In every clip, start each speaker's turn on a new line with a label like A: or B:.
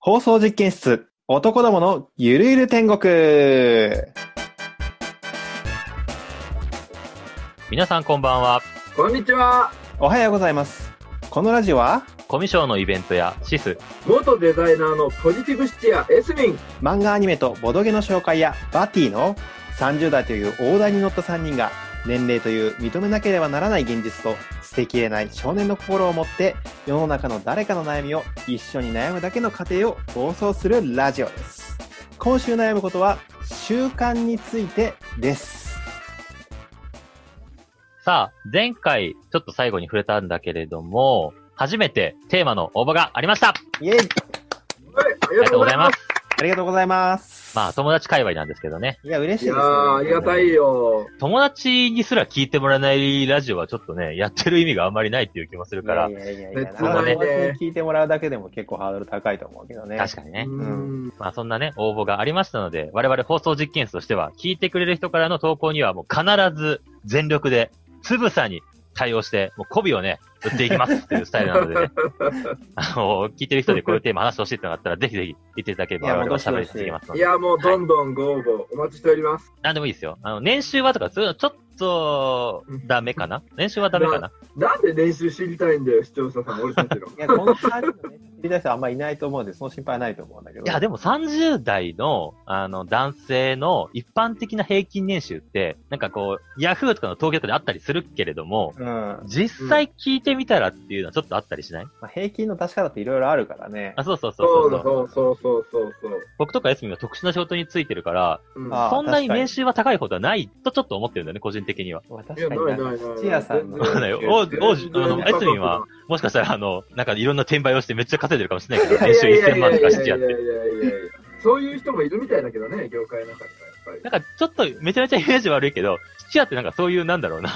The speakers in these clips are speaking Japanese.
A: 放送実験室、男どものゆるゆる天国。
B: 皆さんこんばんは。
C: こんにちは
A: おはようございます。このラジオは、
B: コミショのイベントやシス、
C: 元デザイナーのポジティブシティア・エスミン
A: 漫画アニメとボドゲの紹介やバティの30代という大台に乗った3人が年齢という認めなければならない現実と捨てきれない少年の心を持って世の中の誰かの悩みを一緒に悩むだけの過程を放送するラジオです。今週悩むことは習慣についてです。
B: さあ、前回ちょっと最後に触れたんだけれども、初めてテーマの応募がありましたあ
A: イェイ
C: はい、あり。
B: りがとうございますす。
A: ありがとうございます。
B: まあ、友達界隈なんですけどね。
A: いや、嬉しい
C: い
A: で
C: や
A: す、ね。
C: ー、ありがたいよ。
B: 友達にすら聞いてもらえないラジオはちょっとね、やってる意味があんまりないっていう気もするから、
A: いやいやいやいや、
C: 別
B: のね
A: 友達に聞いてもらうだけでも結構ハードル高いと思うけどね。
B: 確かにね
C: う。ん。
B: まあ、そんなね、応募がありましたので、我々放送実験室としては、聞いてくれる人からの投稿にはもう必ず全力で、つぶさに対応して、もう媚びをね、打っていきますっていうスタイルなので、ね、あの、聞いてる人でこういうテーマ話してほしいってのがあったら、ぜひぜひ言っていただければ、
A: いや
B: 我々
A: もうど
B: は
A: しどし
B: 喋り続けますの
C: い
B: で。
C: や、もうどんどんご応募お待ちしております。
B: なんでもいいですよ。あの、年収はとか、そういうのちょっと、ダメかな年収はダメかな
C: なんで練習知りたいんだよ、視聴者さん、俺たちの。
A: いや、この3人のね、知りたい人はあんまりいないと思うんで、その心配はないと思うんだけど。
B: いや、でも30代の、あの、男性の一般的な平均年収って、なんかこう、ヤフーとかの統計とかであったりするけれども、
A: うん。ま
B: 実際聞いてみたらっていうのはちょっとあったりしない、
A: あ、平均の出し方っていろいろあるからね。
B: あ、そうそう そう
C: そ
B: そううそう
C: そうそうそうそうそう。
B: 僕とか休みが特殊な仕事についてるから、
C: うん
A: あー
B: そんなに
A: 確かに
B: 年収は高いことはないとちょっと思ってるんだよね、個人的には。
A: まあ
C: い
A: 確
C: や、
A: か
C: な
A: に
C: いない
A: な。
C: ない。
A: 土屋さんの
B: わかんないよ王子王子あのエスミンはもしかしたら、あの、なんかいろんな転売をしてめっちゃ稼いでるかもしれないけど、年収1000万とかしちゃって。
C: て。そういう人もいるみたいだけどね、業界の中にはやっぱ
B: なんかちょっとめちゃめちゃイメージ悪いけど、質屋ってなんかそういうなんだろうな、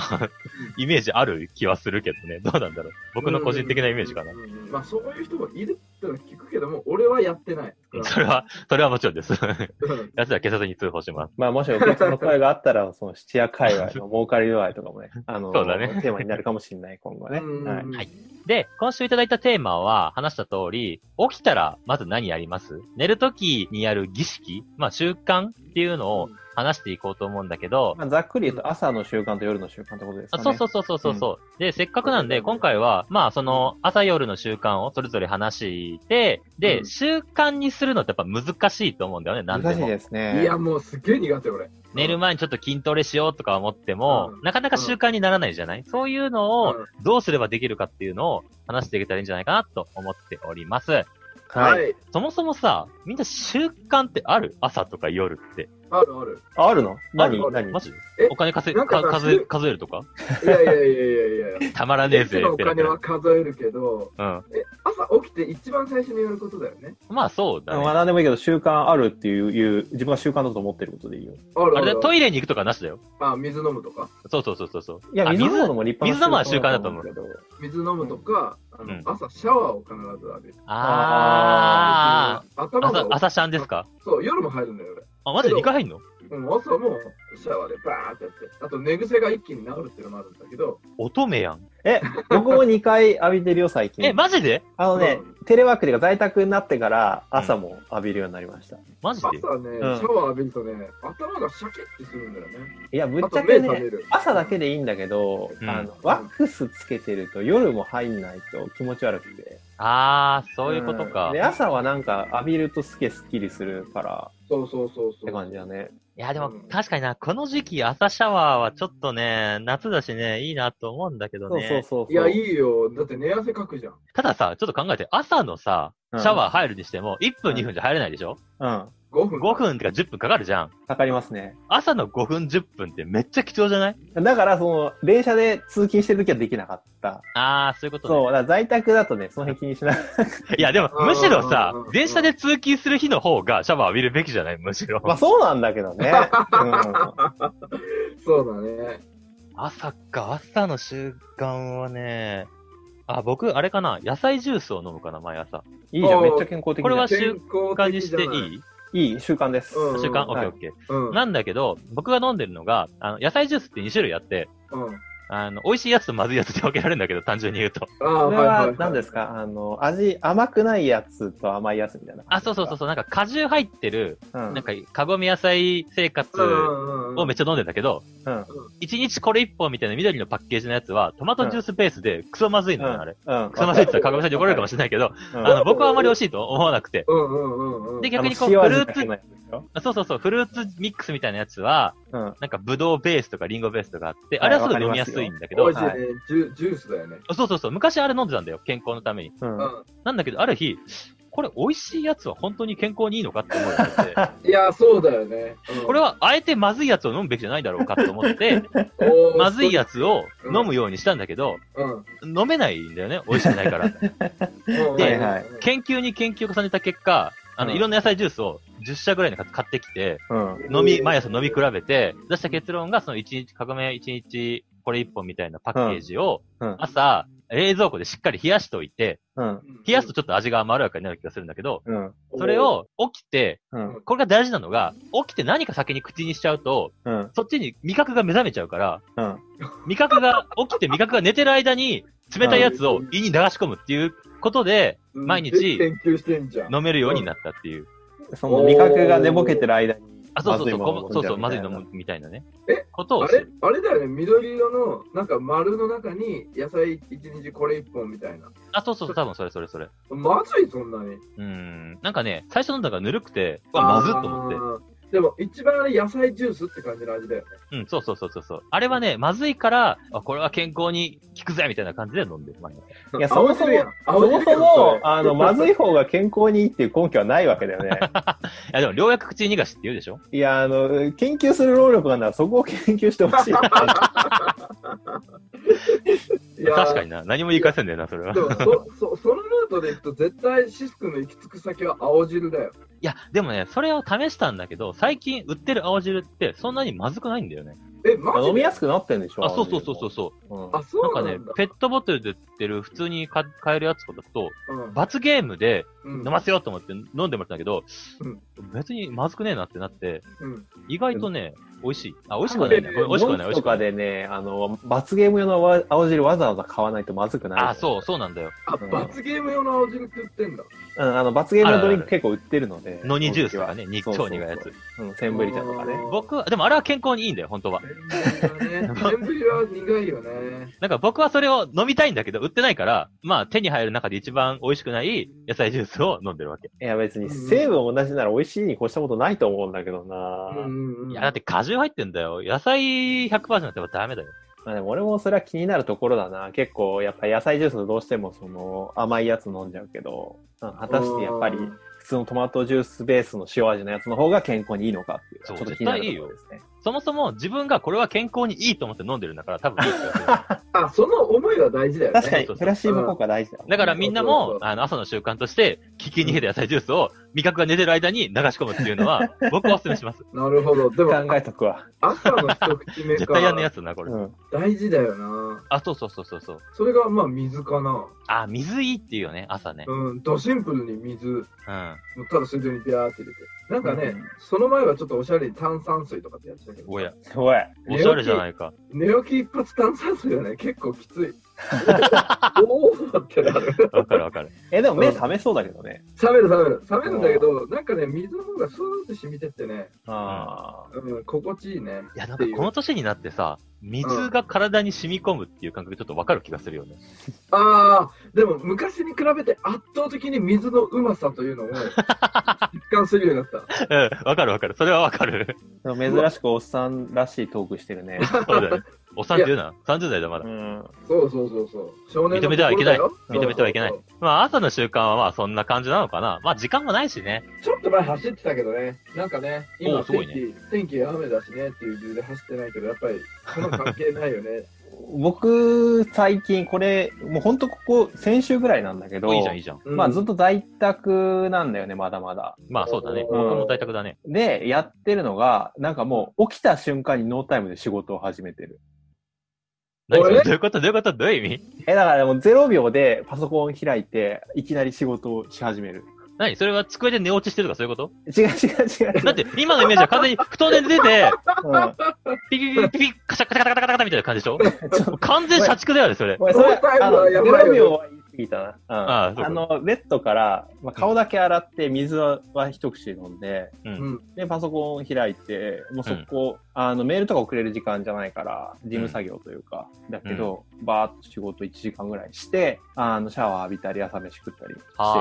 B: イメージある気はするけどね。どうなんだろう。
C: り。
B: 僕の個人的なイメージかな
C: う。んうんうんまあ、そういう人もいるってのは聞くけども、俺はやってない。
B: それは、それはもちろんです。
C: うん
B: 奴ら警察に通報します。
A: まあ、もしお客さんの声があったら、その七夜界隈の儲かり度合いとかも ね、あの、
B: そうだね
A: テーマになるかもしれない、今後ね。
C: うん
A: はい。
B: はいで、今週いただいたテーマは話した通り、起きたらまず何やります寝る時にやる儀式まあ習慣っていうのを話していこうと思うんだけど、
A: まあ、ざっくり言うと、朝の習慣と夜の習慣ってことですか
B: あ
A: ね。
B: そうそうそうそうそうそう、で、せっかくなんで、今回は、まあ、その、朝夜の習慣をそれぞれ話して、で、
C: うん
B: 習慣にするのってやっぱ難しいと思うんだよね、なんで
A: 難しい
B: も。
A: ですね。
C: いや、もうすっげえ苦手、俺。
B: 寝る前にちょっと筋トレしようとか思っても、
C: うん
B: なかなか習慣にならないじゃない、そういうのを
C: うん、
B: どうすればできるかっていうのを話していけたらいいんじゃないかなと思っております。
A: はい。
C: い。
B: そもそもさ、みんな習慣ってある朝とか夜って。
C: あるある。
A: ああるの何
C: あるあ
A: 何
B: マジで
C: え
B: お金稼い
C: なんか
B: か
C: さ
B: 数え数えるとか
C: いやいやいやいやいや。
B: たまらねえ
C: いつ
B: ぜ
C: の、お
B: ペラ
C: 金
B: ペ
C: は
B: ラ。
C: 数えるけど、
B: うん。
C: え、朝起きて一番最初にやることだよね。
B: まあそうだね。
A: まあ、何でもいいけど、習慣あるっていう、いう自分が習慣だと思ってることでいいよ。
B: あ
C: あるあ
B: れ
C: る
B: だよトイレに行くとかなしだよ。
C: あ水飲むとか。
B: そうそうそうそうそう。
A: いや、
B: あ
A: 水飲むのも立
B: 水
A: 派
B: 飲む
A: な
B: のは習慣だと思う
A: けど。
C: 水飲むとか、あ
B: うん
C: の朝シャワーを必ず浴びる。
B: あー。
C: 頭
B: 朝、
C: も、
B: 朝シャンですか
C: そう、夜も入るんだよ、
B: あ、マジで
C: けど
B: 2回入んの
C: 俺。うん、朝もシャワーでバーってやって。あと寝癖が一気に治るっていうのもあるんだけど、
B: 乙女やん。
A: え、僕も2回浴びてるよ、最近。
B: え、マジで
A: あのね、テレワークというか在宅になってから朝も浴びるようになりました。
B: マジ
C: 朝ね、
B: で
C: シャワー浴びるとね、頭がシャキッてするんだよね。
A: いや、ぶっ
C: あ
A: ち
C: と
A: ゃけ
C: 目覚め
A: ね、
C: る。
A: 朝だけでいいんだけど、
B: うん
A: あの、ワックスつけてると夜も入んないと気持ち悪くて。
B: あー、そういうことか。
A: ん
B: い
A: で、朝はなんか浴びるとすげえスッキリするから
C: そうそうそうそう。
A: って感じだね。
B: や、でも
C: うん
B: 確かにな、この時期朝シャワーはちょっとね、夏だしね、いいなと思うんだけど
A: そう
B: ね。
A: そうそう。
C: いや、いいよ。だって寝汗かくじゃん。
B: たださ、ちょっと考えて、朝のさ、シ
A: うん
B: ャワー入るにしても、1分
A: うん
B: 2分じゃ入れないでしょ、
A: うん。
C: 5分。
B: ?5 分とか10分かかるじゃん。
A: かかりますね。
B: 朝の5分10分ってめっちゃ貴重じゃない
A: だから、その、電車で通勤してる時はできなかった。
B: あー、そういうことね
A: そう、だから在宅だとね、その辺気にしない。
B: いや、でも、むしろさ
C: うんうんうんう、ん
B: 電車で通勤する日の方がシャワー浴びるべきじゃないむしろ。
A: まあそうなんだけどね。う
C: そうだね。
B: 朝か、朝の習慣はね、あ、僕、あれかな、野菜ジュースを飲むかな、毎朝。
A: ん。いいじゃん、めっちゃ健康的
B: これ
A: じゃ
B: は
A: ん
B: 習他にしてい
C: 健康的じゃない
A: いい習慣です。
C: うん
B: 習慣オ
A: は
B: ッケ
A: い
B: ーオッケー。
C: うん。
B: なんだけど、僕が飲んでるのが、あの、野菜ジュースって2種類あって、
C: うん。
B: あの、美味しいやつとまずいやつで分けられるんだけど、単純に言うと。
C: あ
A: こ
C: あ、
A: れ
C: はいはい、は。
A: はい何ですかあの、味、甘くないやつと甘いやつみたいな。
B: あ、そうそうそうそう、なんか果汁入ってる、
A: う。うん。
B: なんか、カゴミ野菜生活
C: うんうんうん
B: をめっちゃ飲んでんだけど、
A: うん。
B: 一日これ一本みたいな緑のパッケージのやつは、トマトジュースベースでクソまずいのよ、あれ。
A: うん。
B: クソまずいって言ったらカゴミ野菜で怒られるかもしれないけど、
A: う
B: あ
A: ん
B: の、僕はあまり美味しいと思わなくて。
C: うんうんうんうん。
B: で、
A: あの
B: 逆にこう、フ
A: 塩味が
B: ルー
A: 入
B: ツ
A: ら、ないですよ
B: そうそうそう、フルーツミックスみたいなやつは、
A: うん。
B: なんかブドウベースとかリンゴベースとかあって、あれはすごい飲みやすいんだけ
C: 美
B: ど、
C: 味しいね、ジュ。ジュースだよね。
B: そうそうそう、昔あれ飲んでたんだよ、健康のために。
A: う。
C: うんん。
B: なんだけど、ある日、これ美味しいやつは本当に健康にいいのかって思うようになって、
C: いや、そうだよね。うん
B: これ、はあえてまずいやつを飲むべきじゃないだろうかと思って、
C: おー
B: まずいやつを飲むようにしたんだけど、
C: うん。うん
B: 飲めないんだよね、美味しくな いから。
C: うん
B: で
A: はい
B: 研究に研究を重ねた結果、あの、
A: うん
B: いろんな野菜ジュースを10社ぐらいの買ってきて、
A: うん。
B: 飲み、毎朝飲み比べて、出した結論が、その1日、革命1日、これ1本みたいなパッケージを、
A: うん。
B: 朝、冷蔵庫でしっかり冷やしといて、
A: うん。
B: 冷やすとちょっと味がまろやかになる気がするんだけど、
A: うん。
B: それ、を起きて、
A: うん。
B: これが大事なのが、起きて何か先に口にしちゃうと、
A: うん。
B: そっちに味覚が目覚めちゃうから、
A: うん。
B: 味覚が、起きて味覚が寝てる間に、冷たいやつを胃に流し込むっていうことで、
C: うん
B: 毎日
C: 研究してんじゃん。
B: 飲めるようになったっていう。
A: その味覚が寝ぼけてる間に。
B: あ、そうそう
A: まず
B: そう、
A: いもの
B: こうそうそう、
A: 飲ん
B: ま
A: じ
B: ず
A: ゃ
B: いうの
A: みたいな
B: むみたいなね
C: え。
B: ことを
C: あ
B: す
C: れ
B: る。
C: あれだよね、緑色の、なんか丸の中に野菜一日これ一本みたいな。
B: あ、そうそうそう、多分それそれそれ。
C: まずい、そんなに。
B: うん。なんかね、最初飲んだからぬるくて、うわ、まずっと思って。
C: って。でも、一番あれ野菜ジュースって感じの味だよね。
B: うん、そうそうそうそうそう。あれはね、まずいから、あ、これは健康に効くぜみたいな感じで飲んでる。毎日
A: いや、そもそも、そもそも、あの、まず
C: い。
A: い方が健康にいいっていう根拠はないわけだよね。
B: いや、でも、良薬口に逃がしって言うでしょ
A: いや、あの、研究する労力があるならそこを研究してほしい。
C: いや
B: 確かにな。何も言い返せんだよな、それは。
C: で
B: い
C: もそ そそのルートで行くと絶対シスクの行き着く先は青汁だよ。
B: や、でもね、それを試したんだけど、最近売ってる青汁って、そんなにまずくないんだよね。
C: え、マジ
A: 飲み
C: で
A: やすくなってんでしょ。
B: あ、そうそうそうそうそう
A: うん
C: あ、
B: う。な
C: そ
B: ん
C: うな
B: か
C: んだ。
B: ね、ペットボトルで売ってる普通に買買えるやつとかだと、
C: うん
B: 罰ゲームで、
C: うん
B: 飲ませようと思って飲んでもらったんだけど、
C: うん
B: 別にまずくねえなってなって、
C: うん
B: 意外とね、美味しい。あ、美味しくはないね。
C: 多
B: これ
C: 分
B: 美味しくはない、
A: 飲
B: 美
A: み
B: 味
A: と
B: しくは
A: か
B: ない。
A: でね、あの、罰ゲーム用のわ青汁わざわざ買わないとまずくない。
B: あ、そう、そうなんだよ。
C: あ、罰ゲーム用の青汁って言ってんだ。
A: うん、あの、罰ゲームのドリンク結構売ってるので。
B: のにジュースとかね、
A: こっ
B: 肉
A: ちは
B: 超苦い
A: そ
B: や
A: う
B: つ。
A: そうそううん、センブリ茶とかね。
B: 僕は、でもあれは健康にいいんだよ、本当は。
C: 全部は苦いよ ね。
B: なんか僕はそれを飲みたいんだけど、売ってないから、まあ手に入る中で一番美味しくない野菜ジュースを飲んでるわけ。
A: いや、別に、成分同じなら美味しいに越したことないと思うんだけどな
C: うんうんうん
B: いや、だって果汁入ってんだよ。野菜100%なんてやっぱダメだよ。
A: まあでも俺もそれは気になるところだな。結構やっぱ野菜ジュースどうしてもその甘いやつ飲んじゃうけど、うん果たしてやっぱり
C: うん
A: 普通のトマトジュースベースの塩味のやつの方が健康にいいのかっていうのは
B: そう
A: ちょっと気になるところですね。
B: そもそも自分がこれは健康にいいと思って飲んでるんだから、多分いいですよ。
C: あ、その思いは大事だよね。
A: 確か
B: そ
A: に
B: うそうそう
A: プラシーボ効果大事だ、ね。
B: だからみんな
C: そうそ
B: も
C: う、そう
B: あの、朝の習慣として、聞きに入れた野菜ジュースを、味覚が寝てる間に流し込むっていうのは、僕はお勧めし ます。
C: なるほど。でも、
A: 考えとくわ。
C: 朝の一口目
B: 絶対やんねえや
C: か
B: つだな、これ
A: う。ん。
C: 大事だよな。
B: あ、そうそうそうそうそう。
C: それがまあ水かな。
B: あ、水いいっていうよね、朝ね。
C: うん、ドシンプルに水、もう
B: うん。
C: ただ水道にビャーって入れて。なんかね、
A: うん
C: その前はちょっとおしゃれに炭酸水とかってやってたけど、
B: おや、
A: すごい。
B: おしゃれじゃないか。
C: 寝起き一発炭酸水はね、結構きつ い。おおってなる。
B: わかるわか る。
A: え、でも目覚めそうだけどね。
C: 冷める冷める。冷めるんだけど、なんかね、水の方がスーッと染みてってね、
A: あ
C: うん、心地いいね。
B: いや、なんかこの年になってさ、水が体に染み込むっていう感覚ちょっとわかる気がするよね。
C: ああ、でも昔に比べて圧倒的に水のうまさと いうのを実感するようになった。
B: うん、わかるわかる。それはわか る。
A: あ。でも珍しくおっさんらしいトークしてるね。
B: そうだよね。おさんって言うな。30代だまだ
A: う。ん。
C: そうそうそうそう。少年の
B: 認めてはいけない
C: 心だ
B: 認
C: よ
B: めてはいけない
C: そうそう
B: まあ、朝の習慣はまあ、そんな感じなのかな。まあ、時間もないしね。
C: そうちょっと前走ってたけどね、なんかね、
B: お
C: 今
B: うすご
C: 天
B: い
C: 気、
B: ね
C: 天気雨だしねっていう理由で走ってないけど、やっぱりそんなの関係ない よね。
A: 僕、最近これ、もうほんとここ、先週ぐらいなんだけど、
B: いいじゃん、いいじゃん。
C: うん
A: まあずっと在宅なんだよね、まだまだ。
B: まあ、そうだね。
C: うん
B: 僕も在宅だね。
A: で、やってるのが、なんかもう起きた瞬間にノータイムで仕事を始めてる。
B: 何それ
C: 俺
B: どういうことどういうことどういう意味
A: え、だからもう0秒でパソコン開いて、いきなり仕事をし始める。
B: 何それは机で寝落ちしてるとかそういうこ
A: 違う違う違う違
B: とだって、今のイメージは完全に布団で出て、
A: う。うん。
B: ピキピキピキ、カシャカシャカシャカシャカシャみたいな感じでしょもう完全社畜だよね、それ。
A: ごめんそれ
C: このタイム
A: あの
C: はやばいよ
A: 0秒は言い過ぎたな。うん。
B: ああそうか
A: あの、ベッドから、まあ、顔だけ洗って、水は一口飲んで、
B: うん
A: で、パソコンを開いて、もうそこ、あの、メールとか送れる時間じゃないから、事務作業というか、だけど、バーッと仕事1時間ぐらいして、あの、シャワー浴びたり、朝飯食ったりして。
B: あー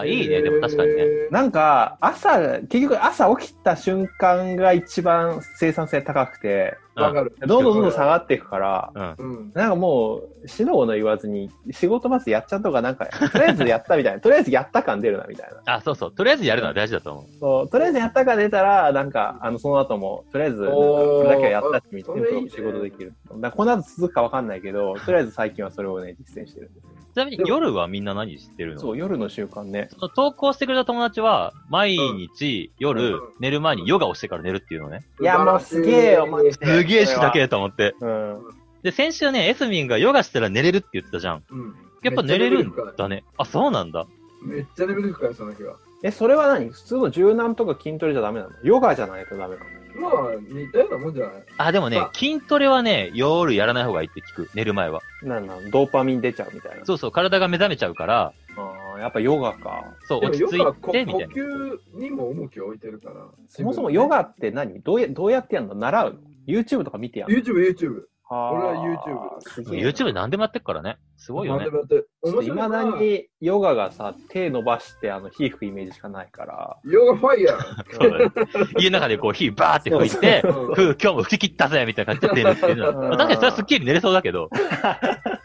B: あー、いいね、でも確かにね。
C: ね。
A: なんか、朝、結局朝起きた瞬間が一番生産性高くて、
C: わかる。
A: どんどんどんどん下がっていくから、
B: うん。
C: うん。
A: なんかもう、死のうの言わずに、仕事まずやっちゃうとか、なんか、とりあえずやったみたいな、とりあえずやった感出るなみたいな。
B: あ、そうそう。とりあえずやるのは大事だと思う。
A: そう、とりあえずやった感出たら、なんか、あの、その後も、とりあえず、なんかこれだけはやったし、みたい
C: それいいね
A: な仕事できる。だからこの後続くかわかんないけど、とりあえず最近はそれをね、実践してるんですよ。
B: ちなみに夜はみんな何してるの
A: そう、夜の習慣ね。
B: その投稿してくれた友達は、毎日夜
C: うん
B: 寝る前にヨガをしてから寝るっていうのね。
A: いや、もうすげえよ、マジで。
B: すげえしだけと思って。
A: うん。
B: で、先週ね、エスミンがヨガしたら寝れるって言ってたじゃん。
C: うん
B: やっぱ寝れるん
C: めっちゃ
B: だね。あ、そうなんだ。
C: めっちゃ眠るから、その日は。
A: え、それは何普通の柔軟とか筋トレじゃダメなのヨガじゃないとダメなの
C: まあ、似たようなもんじゃない
B: あ、でもね
C: あ、
B: 筋トレはね、夜やらない方がいいって聞く。寝る前は。
A: なんなのドーパミン出ちゃうみたいな。
B: そうそう、体が目覚めちゃうから、
A: あーやっぱヨガか。
B: そう、
C: でも
B: 落ち
C: ヨ
B: 着
C: ガはいこ呼
B: て、みたいな。
C: 吸にも重きを置いてるから。
A: そもそもヨガって何どうやどうやってやるの習うの ?YouTube とか見てやる
C: YouTube、YouTube。
A: のはー
C: 俺は YouTube
A: すげえな
B: YouTube で何でもやってっからね。すごいよね
C: 待。って待って。
A: ちょっ
C: 面
A: と
C: 白い
A: 未
C: な
A: だにヨガがさ、手伸ばしてあの火吹くイメージしかないから。
C: ヨガファイヤー。
B: そうだね家の中でこう火バーって吹い て、
C: うん
B: ふう、今日も吹き切ったぜみたいな感じ で出るっていうのは。
A: うん
B: まあ確かにそれはすっきり寝れそうだけど。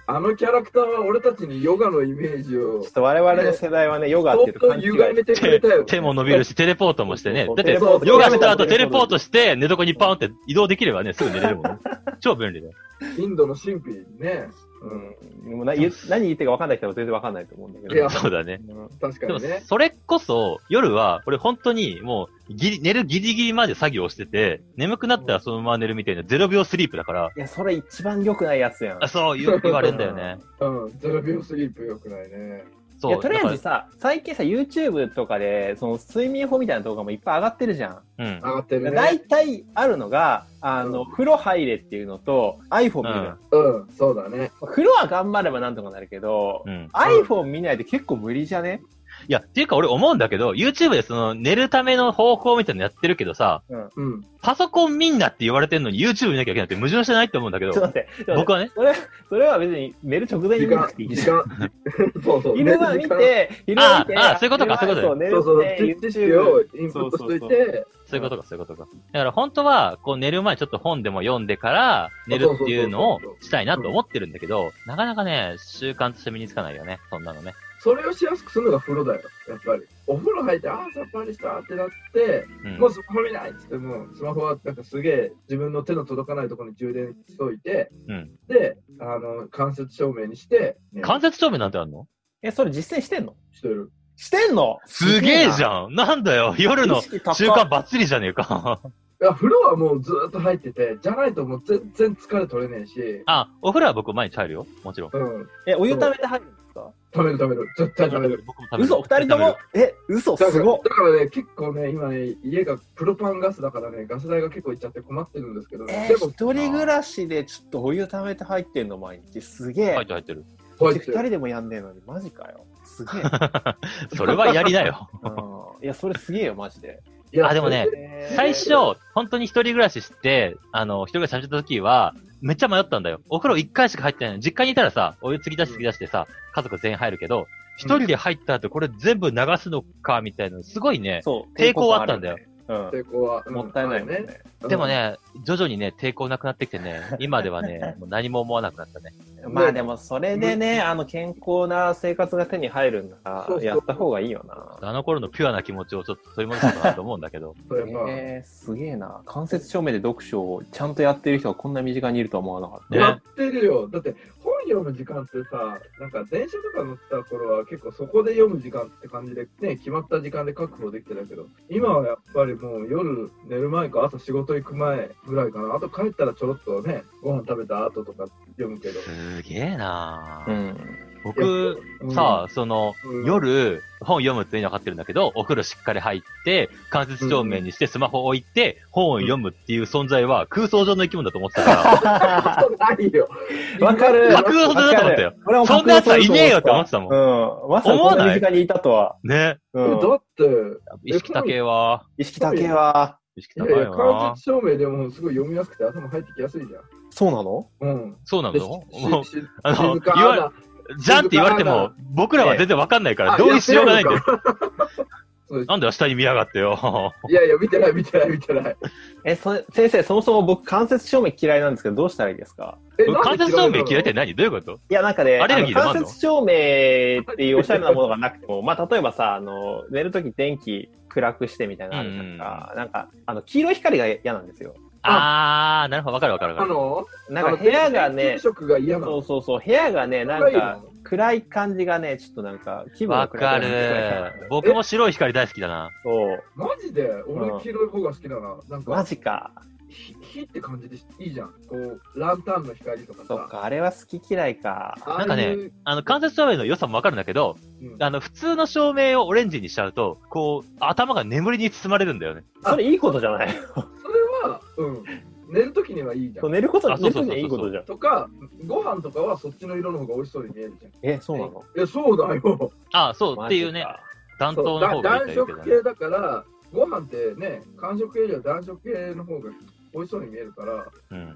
C: あのキャラクターは俺たちにヨガのイメージを
A: ちょっと我々の世代はね、ヨガっ
C: 相
A: ていうと
C: 当
A: 勘違い
C: 歪めてくれたよ。
B: 手も伸びるし、テレポートもしてね。だって
A: テレ、ポート
B: ヨガした後テレポートして、寝床にパンって移動できればね、すぐ寝れるもんね。超便利だよ。
C: インドの神秘ね。う。
A: うんん。でもな言何言ってるか分かんない人は全然分かんないと思うんだけど。
C: いや
B: そうだね。
A: うん
C: 確か
B: でも
C: にね、。
B: それこそ、夜は、俺本当に、もう、ギリ、寝るギリギリまで作業してて、眠くなったらそのまま寝るみたいな0秒スリープだから、
A: いや、それ一番良くないやつやん。
B: あそう、よく言われんだよね。
C: うん。0秒スリープよくないね。
B: そ。
A: いうやとりあえず
B: だか
A: さ、最近さ、YouTube とかで、その睡眠法みたいな動画もいっぱい上がってるじゃん。
B: らうん。
C: 上がってる
A: だい
C: ね。
A: たいあるのが、あの、風呂入れっていうのと、iPhone 見るの、
C: うん。そうだね。
A: 風呂は頑張ればなんとかなるけど、
B: うん。
A: iPhone 見ないで結構無理じゃね
B: いや、っていうか俺思うんだけど、YouTube でその、寝るための方法みたいなのやってるけどさ、
C: うん。
B: パソコン見んなって言われてんのに YouTube 見なきゃいけないって矛盾してないって思うんだけ
A: ちょ
B: ど
A: っと、待って。
B: 僕はね、
A: それ、それは別に寝る直前に
C: 時
A: 見な
C: 間
A: く、ていい
C: 時
A: じゃん。
C: 間。そうそう。
A: 昼間見
C: 寝る
A: て、昼間見て、
B: ああそういうことか
A: 昼間
B: そう
A: 寝
C: 時間。そうそう。
A: る
C: 知
A: って
C: 知
A: YouTube
C: 識をインプットしといて。
B: そういうことか、そういうことか。だから本当は、こう寝る前ちょっと本でも読んでから寝るっていうのをしたいなと思ってるんだけど、なかなかね、習慣として身につかないよね、そんなのね。
C: それをしやすくするのが風呂だよ。やっぱり。お風呂入って、ああ、さっぱりしたってなって、
B: うん
C: もう。スマホ見ないっつっても、スマホはなんかすげえ自分の手の届かないところに充電しといて、
B: うん
C: で、あの、間接照明にして、ね
B: 間接照明なんてあるの
A: え、それ実践してんの
C: してる。
A: してんの
B: すげえじ
A: ん
B: ゃんなんだよ夜の習慣バッチリじゃねえか。
C: いや、風呂はもうずーっと入ってて、じゃないともう全然疲れ取れねえし、
B: あ、お風呂は僕毎日入るよ。もちろん。
C: うん、
A: え、お湯ためて入るんですか
C: 食べる食べる、絶対食べる。
B: 僕も食べる
A: 嘘二人ともえ、嘘
C: だか
A: す
C: ら
A: ごっ
C: だからね、結構ね、今ね、家がプロパンガスだからね、ガス代が結構いっちゃって困ってるんですけどね、
A: えー、
C: でも、
A: 一人暮らしでちょっとお湯ためて入ってんの毎日すげえ、
B: 入ってる入ってる。
C: こうや
A: 二
C: ってる
A: 人でもやんねえのにマジかよす げえ、
B: それはやりな よ。
A: うん、いやそれすげえよマジで、
C: いや
B: あでもね
A: えー
B: 最初、本当に一人暮らしして、あの、一人暮らし始めた時は、めっちゃ迷ったんだよ。お風呂一回しか入ってないのに。実家にいたらさ、お湯継ぎ出し継ぎ出してさ、家族全員入るけど、一人で入った後これ全部流すのか、みたいな、すごいね。
A: そう
B: 抵抗はあったんだよ
A: うん
C: 成功は、うん
A: もったいないもんね、。
C: うん
B: でも、ね、徐々にね、抵抗なくなってきてね、今では ね、もう何も思わなくなったね。
A: まあでもそれでねあの健康な生活が手に入るんだか
C: そうそ
A: ら
C: う
A: やった方がいいよな
B: あの頃のピュアな気持ちをちょっと取り戻したかなと思うんだけ ど。
C: そうやっぱ
A: えー、すげえな間接照明で読書をちゃんとやってる人がこんな身近にいるとは思わなかった、
B: ね
C: やってるよ。だって本読む時間ってさ、なんか電車とか乗ってた頃は結構そこで読む時間って感じでね、決まった時間で確保できてたけど、今はやっぱりもう夜寝る前か朝仕事行く前ぐらいかな。あと帰ったらちょろっとね、ご飯食べた後とか読むけど。
B: すげえな
A: う
B: ぁ。
A: ん
B: 僕、
C: うん
B: さあ、その、
C: うん
B: 夜、本読むっていうのは分かってるんだけど、お風呂しっかり入って、間接照明にしてスマホ置いて、本を読むっていう存在は空想上の生き物だと思ってたか
C: ないよ。
A: わかる。
B: 架空の空だと思ったよ
A: 俺も
B: ら、
A: 架
B: そんな
A: 空の空
B: 奴は
A: だ
B: い
A: と
B: ねえよって思ってたもん。
A: うん。まさかこんな身近にいたとは。
B: ね。
A: う
C: だ
A: ん。
C: って、
B: 意識高えわ。
A: 意識高えわ。
B: 意識
C: いや
B: 高
C: い
B: え
C: や、間
B: わ
C: 接。照明でもすごい読みやすくて頭入ってきやすいじゃ
A: そうなの
C: ん。うん。
B: そうな
C: で
B: の
C: し
B: もう
C: しし
B: あの
C: 静か
B: 言われ
C: な
B: じゃんって言われても、僕らは全然わかんないから、同意しようがないんだよ。
C: そうです
B: なんで下に見やがってよ。
C: いやいや、見てない、見てない、見てない。
A: え、それ先生、そもそも僕、関節照明嫌いなんですけど、どうしたらいいですか
C: え
B: 間接照明嫌いって
C: な
B: 何どういうこと
A: いや、なんかね、
B: アレルギーでもあ
A: あ
B: んの
A: の関節照明っていうおしゃれなものがなくても、 まあ、例えばさ、あの、寝るとき電気暗くしてみたいなのあるじゃんか。なんか、あの、黄色い光が嫌なんですよ。
B: あー、なるほど、わかるわかるわか
C: のあ
B: る。
C: の
A: なんか部屋が
C: あの
A: ね
C: 転、職が嫌な
A: そ
C: の
A: う。そうそう、部屋がね、なんか暗い感じがね、ちょっとなんか気分
B: わ
A: が
B: か
A: 暗くなる。
B: る。僕も白い光大好きだな。
A: そう。
C: マジで俺黄色い方が好きだな。なん
A: マ
C: か、
A: ジか。
C: ひ火って感じでいいじゃん。こう、ランタンの光とかさ。
A: そっか、あれは好き嫌いか。
C: ああ
B: な
C: いう。
B: んかねあの、間接照明の良さもわかるんだけど、
C: うん
B: あの、普通の照明をオレンジにしちゃうと、こう、頭が眠りに包まれるんだよね。
A: それいいことじゃ ない
C: それは、うん。寝るときにはいいじゃ。
A: そうん寝ること
B: あ
A: に
B: そ
A: 寝
B: う
A: る
B: そ
A: こと
B: うそうそう
A: にいいことじゃん。
C: とか、ご飯とかはそっちの色の方が美味しそうに見えるじゃん。
A: え、そうなの
C: いや、そうだよ。
B: あそう、っていうね、暖
C: そ
B: 冬
C: う
B: の
C: だ
B: 方がいい
C: 暖
B: んだけど
C: 色
B: ね。
C: 系だから、ご飯ってね、間食系よりは暖色系の方が美味しそうに見えるから、だか
B: うん。
C: ら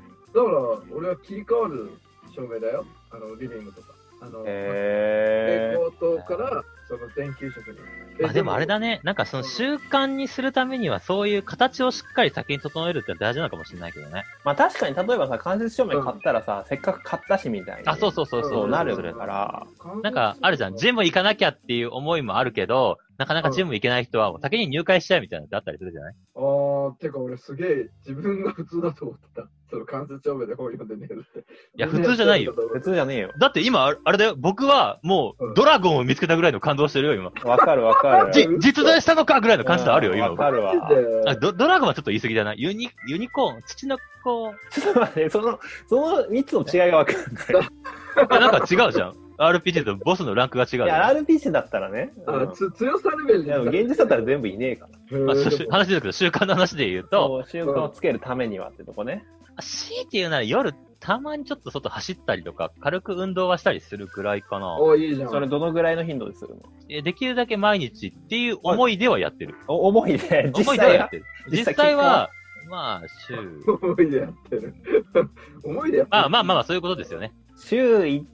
C: 俺は切り替わる照明だよ。あの、リビングとか。あの、
A: へ
C: 蛍
A: えー。
C: 光灯から、その電球色に。え
B: まあでもあれだね、なんかその習慣にするためには、そういう形をしっかり先に整えるってのは大事なのかもしれないけどね。
A: まあ確かに、例えばさ、関節照明買ったらさ、せっかく買ったしみたいに。
B: あ、そうそうそう
A: そ
B: そうう。
A: なる
B: それ
A: から。
B: なんか、あるじゃん。ジム行かなきゃっていう思いもあるけど、なかなかジム行けない人は、もう先に入会しちゃうみたいなのってあったりするじゃない
C: あー、てか俺すげえ自分が普通だと思ってた。その間接照明で本読んで寝るって。い
B: いや、普通じゃないよ。。
A: 普通じゃねえよ。
B: だって今、あれあれだよ。僕は、も
C: う
B: う、
C: ん
B: ドラゴンを見つけたぐらいの感動してるよ、今。
A: わかるわか る。
B: じ、実在したのかぐらいの感じのあるよ、
A: うん
B: 今。
A: わかるわ
C: マ。ジで
B: あドドラゴンはちょっと言い過ぎだな。ユニ、ユニコーン、土の子。
A: ちょっと待って、 その、その3つの違いがわかんない。
B: いやなんか違うじゃん。RPG とボスのランクが違うじ
A: い
B: ゃ
A: や、
B: ん。
A: RPG だったらね。う
C: あ
A: ん
C: つ強さレベル
A: い
C: で
A: やでも現実だったら全部いねえから。
C: へー
B: まあ、しゅ話ですけど、習慣の話で言うと、
A: そう、習慣をつけるためにはってとこね。
B: C っていうなら夜、たまにちょっと外走ったりとか、軽く運動はしたりするぐらいかな。
C: おいいじゃん。
A: それどのぐらいの頻度でするの
B: えできるだけ毎日っていう思いではやってる。
A: お重 いね。実
B: 思いでは
A: 際
B: や
A: は
B: ってる。
A: 実際
B: 実際は、まあ、週。
C: 思いでやってる。 思いでやってる。
B: まあまあまあまあ、そういうことですよね。
A: 週い、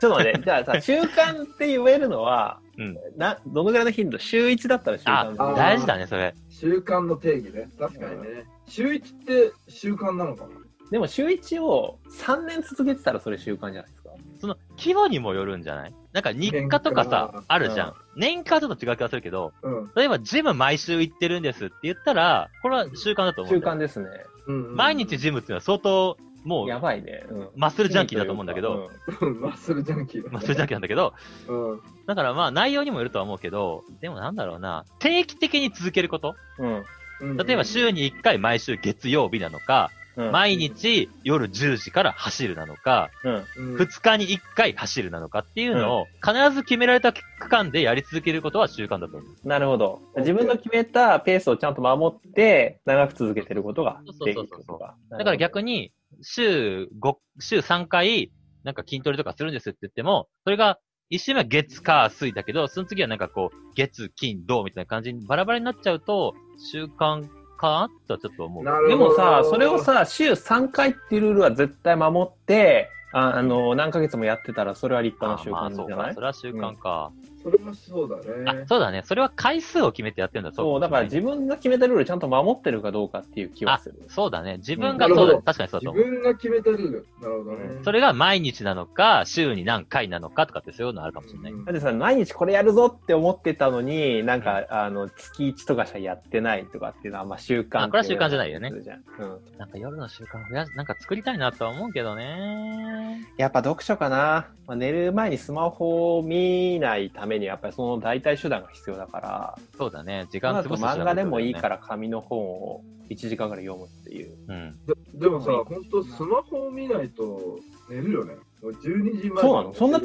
A: ちょっと待 って、じゃあさ、習慣って言えるのは、
B: うん
A: な、どのぐらいの頻度週1だったら習
B: あ
A: 慣、
C: あー
B: 大事だね、それ。
C: 習慣の定義ね。確かにね。週一って習慣なのかな
A: でも週1を3年続けてたらそれ習慣じゃないですか。
B: その、規模にもよるんじゃないなんか日課とか
C: 年
B: さ
C: 課、
B: あるじゃん。年課はちょっと違う気がするけど、
C: うん。
B: 例えばジム毎週行ってるんですって言ったら、これは習慣だと思
A: 習
B: うんだよ。
A: 慣ですね。
C: うんうん
B: 毎日ジムっていうのは相当、も
A: や
B: う、
A: ばいね。うん。
B: マッスルジャンキーだと思うんだけど、
C: うんマッスルジャンキーだね。
B: マッスルジャンキーなんだけど、
C: うん。
B: だからまあ内容にもよるとは思うけど、でもなんだろうな、定期的に続けること
A: うん、うん。
C: うん
B: 例えば週に1回毎週月曜日なのか、
A: うん。
B: 毎日夜10時から走るなのか、
A: うん。
C: うん
B: 2日に1回走るなのかっていうのを、必ず決められた期間でやり続けることは習慣だと思う。
A: なるほど。自分の決めたペースをちゃんと守って、長く続けてることができる
B: そうそう
A: こ
B: そ
A: と
B: う
A: か。
B: だから逆
A: に。
B: に、週5、週3回、なんか筋トレとかするんですって言っても、それが、一週目は月、火、水だけど、その次はなんかこう、月、金、土みたいな感じにバラバラになっちゃうと、習慣かなとはちょっと思う。
C: なる
A: で
C: ほど
A: もさ、それを、さ、週3回っていうルールは絶対守って、ああの、何ヶ月もやってたら、それは立派な習
B: あ
A: 慣
B: ーまあそう
A: じゃな
B: か。
A: い
B: それは習慣か。
C: それもそうだね
B: あ、。そうだね。それは回数を決めてやってるんだ。
A: そう、だから自分が決めたルールちゃんと守ってるかどうかっていう気はする。
B: そうだね。自分
C: う
B: が
C: んなる
B: そ
C: ほ
B: う
C: ど
B: だ、ね、確かにそうだと
C: 自
B: 思う。
C: 分が決めたルール。なるほどね。
B: それが毎日なのか、週に何回なのかとかってそういうのあるかもしれない。
C: うん
A: だってさ、毎日これやるぞって思ってたのに、なんか、あの、月1とかしかやってないとかっていうのは、まあ習慣
B: あこれは習慣じゃないよね
A: ってうじゃんうん。
B: なんか夜の習慣増やし、なんか作りたいなとは思うけどね。
A: やっぱ読書かな。まあ、寝る前にスマホを見ないためには、やっぱりその代替手段が必要だから、
B: そうだね。時
A: その
B: 間潰
A: 後
B: すしな。
A: 漫画でもいいからら紙の本を1時間ぐらい読むっていう。
B: うん。
C: ででもさ、
A: はい
C: 本当スマホを見ないと寝るよね。もう12時前。
A: そうなのそんな違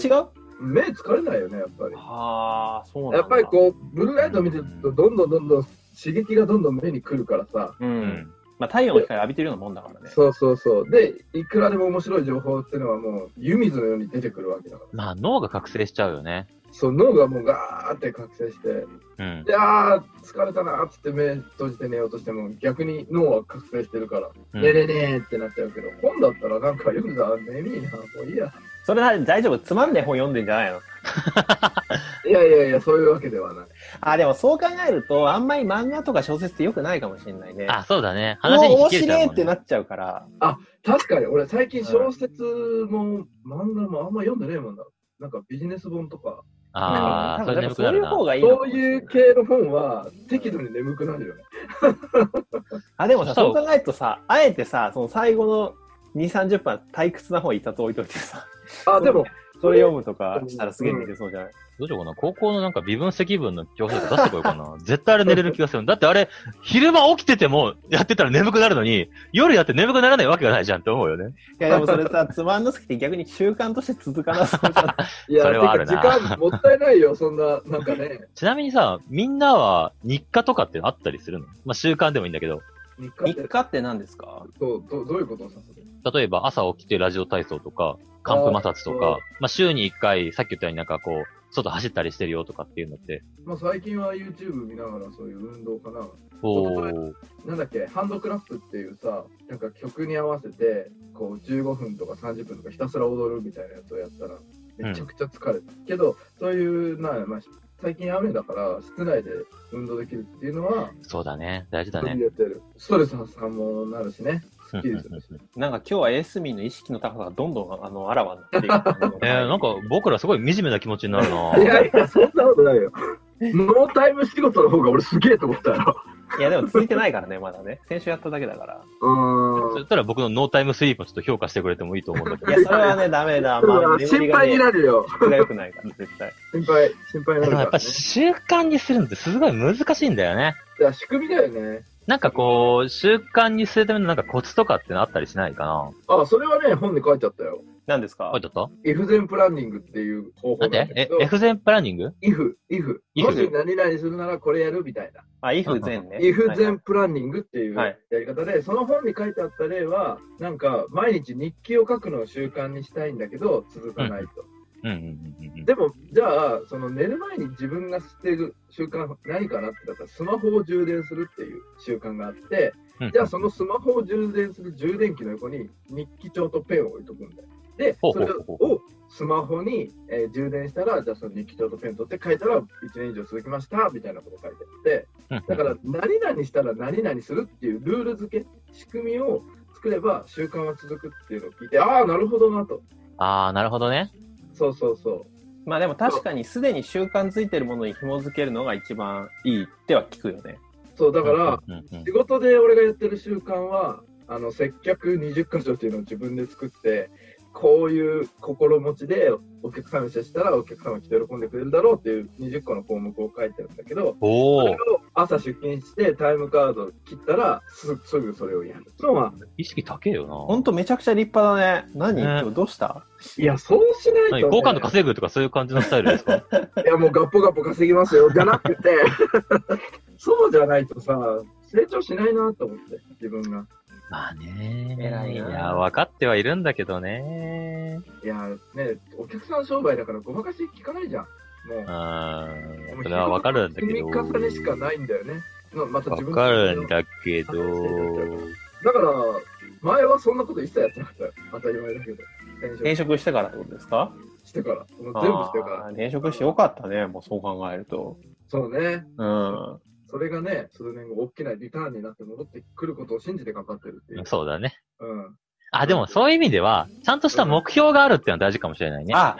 A: う
C: 目疲れないよね、やっぱり。
A: はあ、そうなんだ。
C: やっぱりこう、ブルーライト見てると、どんどんどんどん刺激がどんどん目に来るからさ、
A: う。う。
B: うんん。
A: まあ、太陽の光浴びてるようなもんだからね。
C: そうそうそう。で、いくらでも面白い情報っていうのはもう、湯水のように出てくるわけだから。
B: まあ、脳が覚醒しちゃうよね。
C: そう、脳がもうガーって覚醒して、
B: うん。
C: で、あー、疲れたなーっつって目閉じて寝ようとしても、逆に脳は覚醒してるから、
B: うん
C: 寝れねえってなっちゃうけど、本だったらなんか読んだら眠いな、もういいや。
A: それなら大丈夫。つまんねえ本読んでんじゃないの
C: いやいやいや、そういうわけではない。
A: あ、でもそう考えると、あんまり漫画とか小説って良くないかもしれないね。
B: あ、そうだね。
A: も
B: 話
A: う
B: に引
A: 面
B: き入れち
A: 白
B: ゃ
A: いうっ
B: もん
A: て
B: ね、
A: なっちゃうから。
C: 確かに、俺最近小説も漫画もあんま読んでねえもんだ。なんかビジネス本とか、
B: ああ、
A: うん
B: そ
A: 多分なんかそうい
B: れ眠くなる
A: う
B: な。
A: 方がいいのか
C: そ
A: も
C: う
A: しれない
C: いう系の本は適度に眠くなるよね。
A: あ、でもさ、
B: そ
A: そうう考えるとさ、あえてさ、その最後の2、30分は退屈な方一冊置いといてさ、
C: あ、でも、
A: それ読むとかしたらすげえ寝れそうじゃない、
B: どうしようかな。高校のなんか微分積分の教科書出してこようかな。絶対あれ寝れる気がする。だってあれ、昼間起きててもやってたら眠くなるのに、夜やって眠くならないわけがないじゃんって思うよね。
A: いや、でもそれ さ、つまんなすぎて逆に習慣として続かなそうじゃない
C: いや、
B: それはある
C: て
B: な
C: か時間もったいないよ、 そんな、なん かね。
B: ちなみにさ、みんなは日課とかってあったりするのまあ、習慣でもいいんだけど、
C: 日課って
A: 日課って何ですか
C: そうどどういうことをさせる
B: 例えば朝起きてラジオ体操とか、寒風摩擦と
C: あー
B: か、まあ、週に1回、さっき言ったようになんかこう、外走ったりしてるよとかっていうのって、
C: まあ最近は YouTube 見ながらそういう運動かな。
B: お
C: そうそ
B: ー、
C: なんだっけ、ハンドクラップっていうさ、なんか曲に合わせて、こう15分とか30分とかひたすら踊るみたいなやつをやったら、めちゃくちゃ疲れた。けど、そういう、なまあ、最近雨だから、室内で運動できるっていうのは、
B: そうだね。大事だ
C: 取
B: ね
C: り。入れてる。ストレス発散もなるしね、すっきりするし。
A: なんか今日はエースミンの意識の高さがどんどんあのあらわになっていく感じの
B: えー、なんか僕らすごい惨めな気持ちになるない
C: やいや、そんなことないよ。ノータイム仕事の方が俺すげえと思ったよ。
A: いや、でも続いてないからね、まだね。先週やっただけだから。
C: うー
B: そ
C: ん。
B: したら僕のノータイムスリープをちょっと評価してくれてもいいと思うんだけど。
A: いや、それは ね、ダメだ。まあ、眠り
C: 心
A: が
C: 配に
A: ね、
C: なるよ。
A: 質が良くないから、絶対。
C: 心配、心配に
B: で
C: なる
B: もやっ
C: か
B: ぱ
C: ら、ね。
B: 習慣にするのってすごい難しいんだよね。
C: いや、仕組みだよね。
B: なんかこう、習慣にするためのなんかコツとかってのあったりしないかな
C: あ、それはね、本に書いてあったよ。
A: 何ですか
B: あ、ちょっと
C: if 全プランニングっていう方法
B: な
C: なんんだ
B: で
C: け
B: え
C: ど、、
B: F 全プランニング
C: if、if、
B: if
C: もし何々するならこれやるみたいな。
A: あ、イフ全ね。
C: if
A: はい
C: 全プランニングっていう
A: は
C: や
A: い
C: り方で、その本に書いてあった例は、なんか、毎日日記を書くのを習慣にしたいんだけど、続かないと。
B: うんうんうんうん。
C: でも、じゃあ、その寝る前に自分がしてる習慣、何かなってだったら、スマホを充電するっていう習慣があって、
B: うん
C: じゃあそのスマホを充電する充電器の横に日記帳とペンを置いとくんだよ。で、
B: ほう
C: そ
B: ほう
C: れ
B: ほうほう
C: をスマホに、えー充電したら、じゃあその日記帳とペン取って書いたら、1年以上続きましたみたいなこと書いてあって、
B: うん
C: だから何々したら何々するっていうルール付け、仕組みを作れば習慣は続くっていうのを聞いて、ああ、なるほどなと。
B: あー、なるほどね。
C: そうそうそう。
A: まあでも確かにすでに習慣づいてるものに紐づけるのが一番いいっては聞くよね。
C: そう、だから、
B: うんうんうん
C: 仕事で俺がやってる習慣はあの接客20箇所っていうのを自分で作ってこういう心持ちでお客様に接したらお客様が来て喜んでくれるだろうっていう20個の項目を書いてるんだけどそ
B: お
C: れ
B: ー
C: を、朝出勤してタイムカード切ったらすすぐそれをやるのは
B: 意識高えよな。
A: ほんとめちゃくちゃ立派だね。何、
B: ね
A: 今日どうした
C: いやそうしないと、
B: 何
C: ね、
B: 好感度稼ぐとかそういう感じのスタイルですか
C: いやもうガッポガッポ稼ぎますよじゃなくて そうじゃないとさ成長しないなと思って自分が。
B: まあね
A: 偉い
B: い
A: な
B: や、分かってはいるんだけどね
C: いやね、お客さん商売だからごまかし聞かないじゃん。もう
B: う。ーん。それは分かるんだけ
C: 積
B: ど。
C: み重ねしかないんだよね。ままた自
B: 分
C: 分
B: かるんだけど、
C: だから、前はそんなこと一切やってなかったよ。当たり前だけど。転
A: 転
C: 職
A: 職してからってことですか
C: してから。もう全部してから。
A: あー転職してよかったね、もうそう考えると。
C: そうね。
A: うん。
C: それがね、数年後、大きなリターンになって戻ってくることを信じて頑張ってるっていう。
B: そうだね。
C: うん。
B: あ、でもそういう意味では、ちゃんとした目標があるっていうのは大事かもしれないね。
A: あ、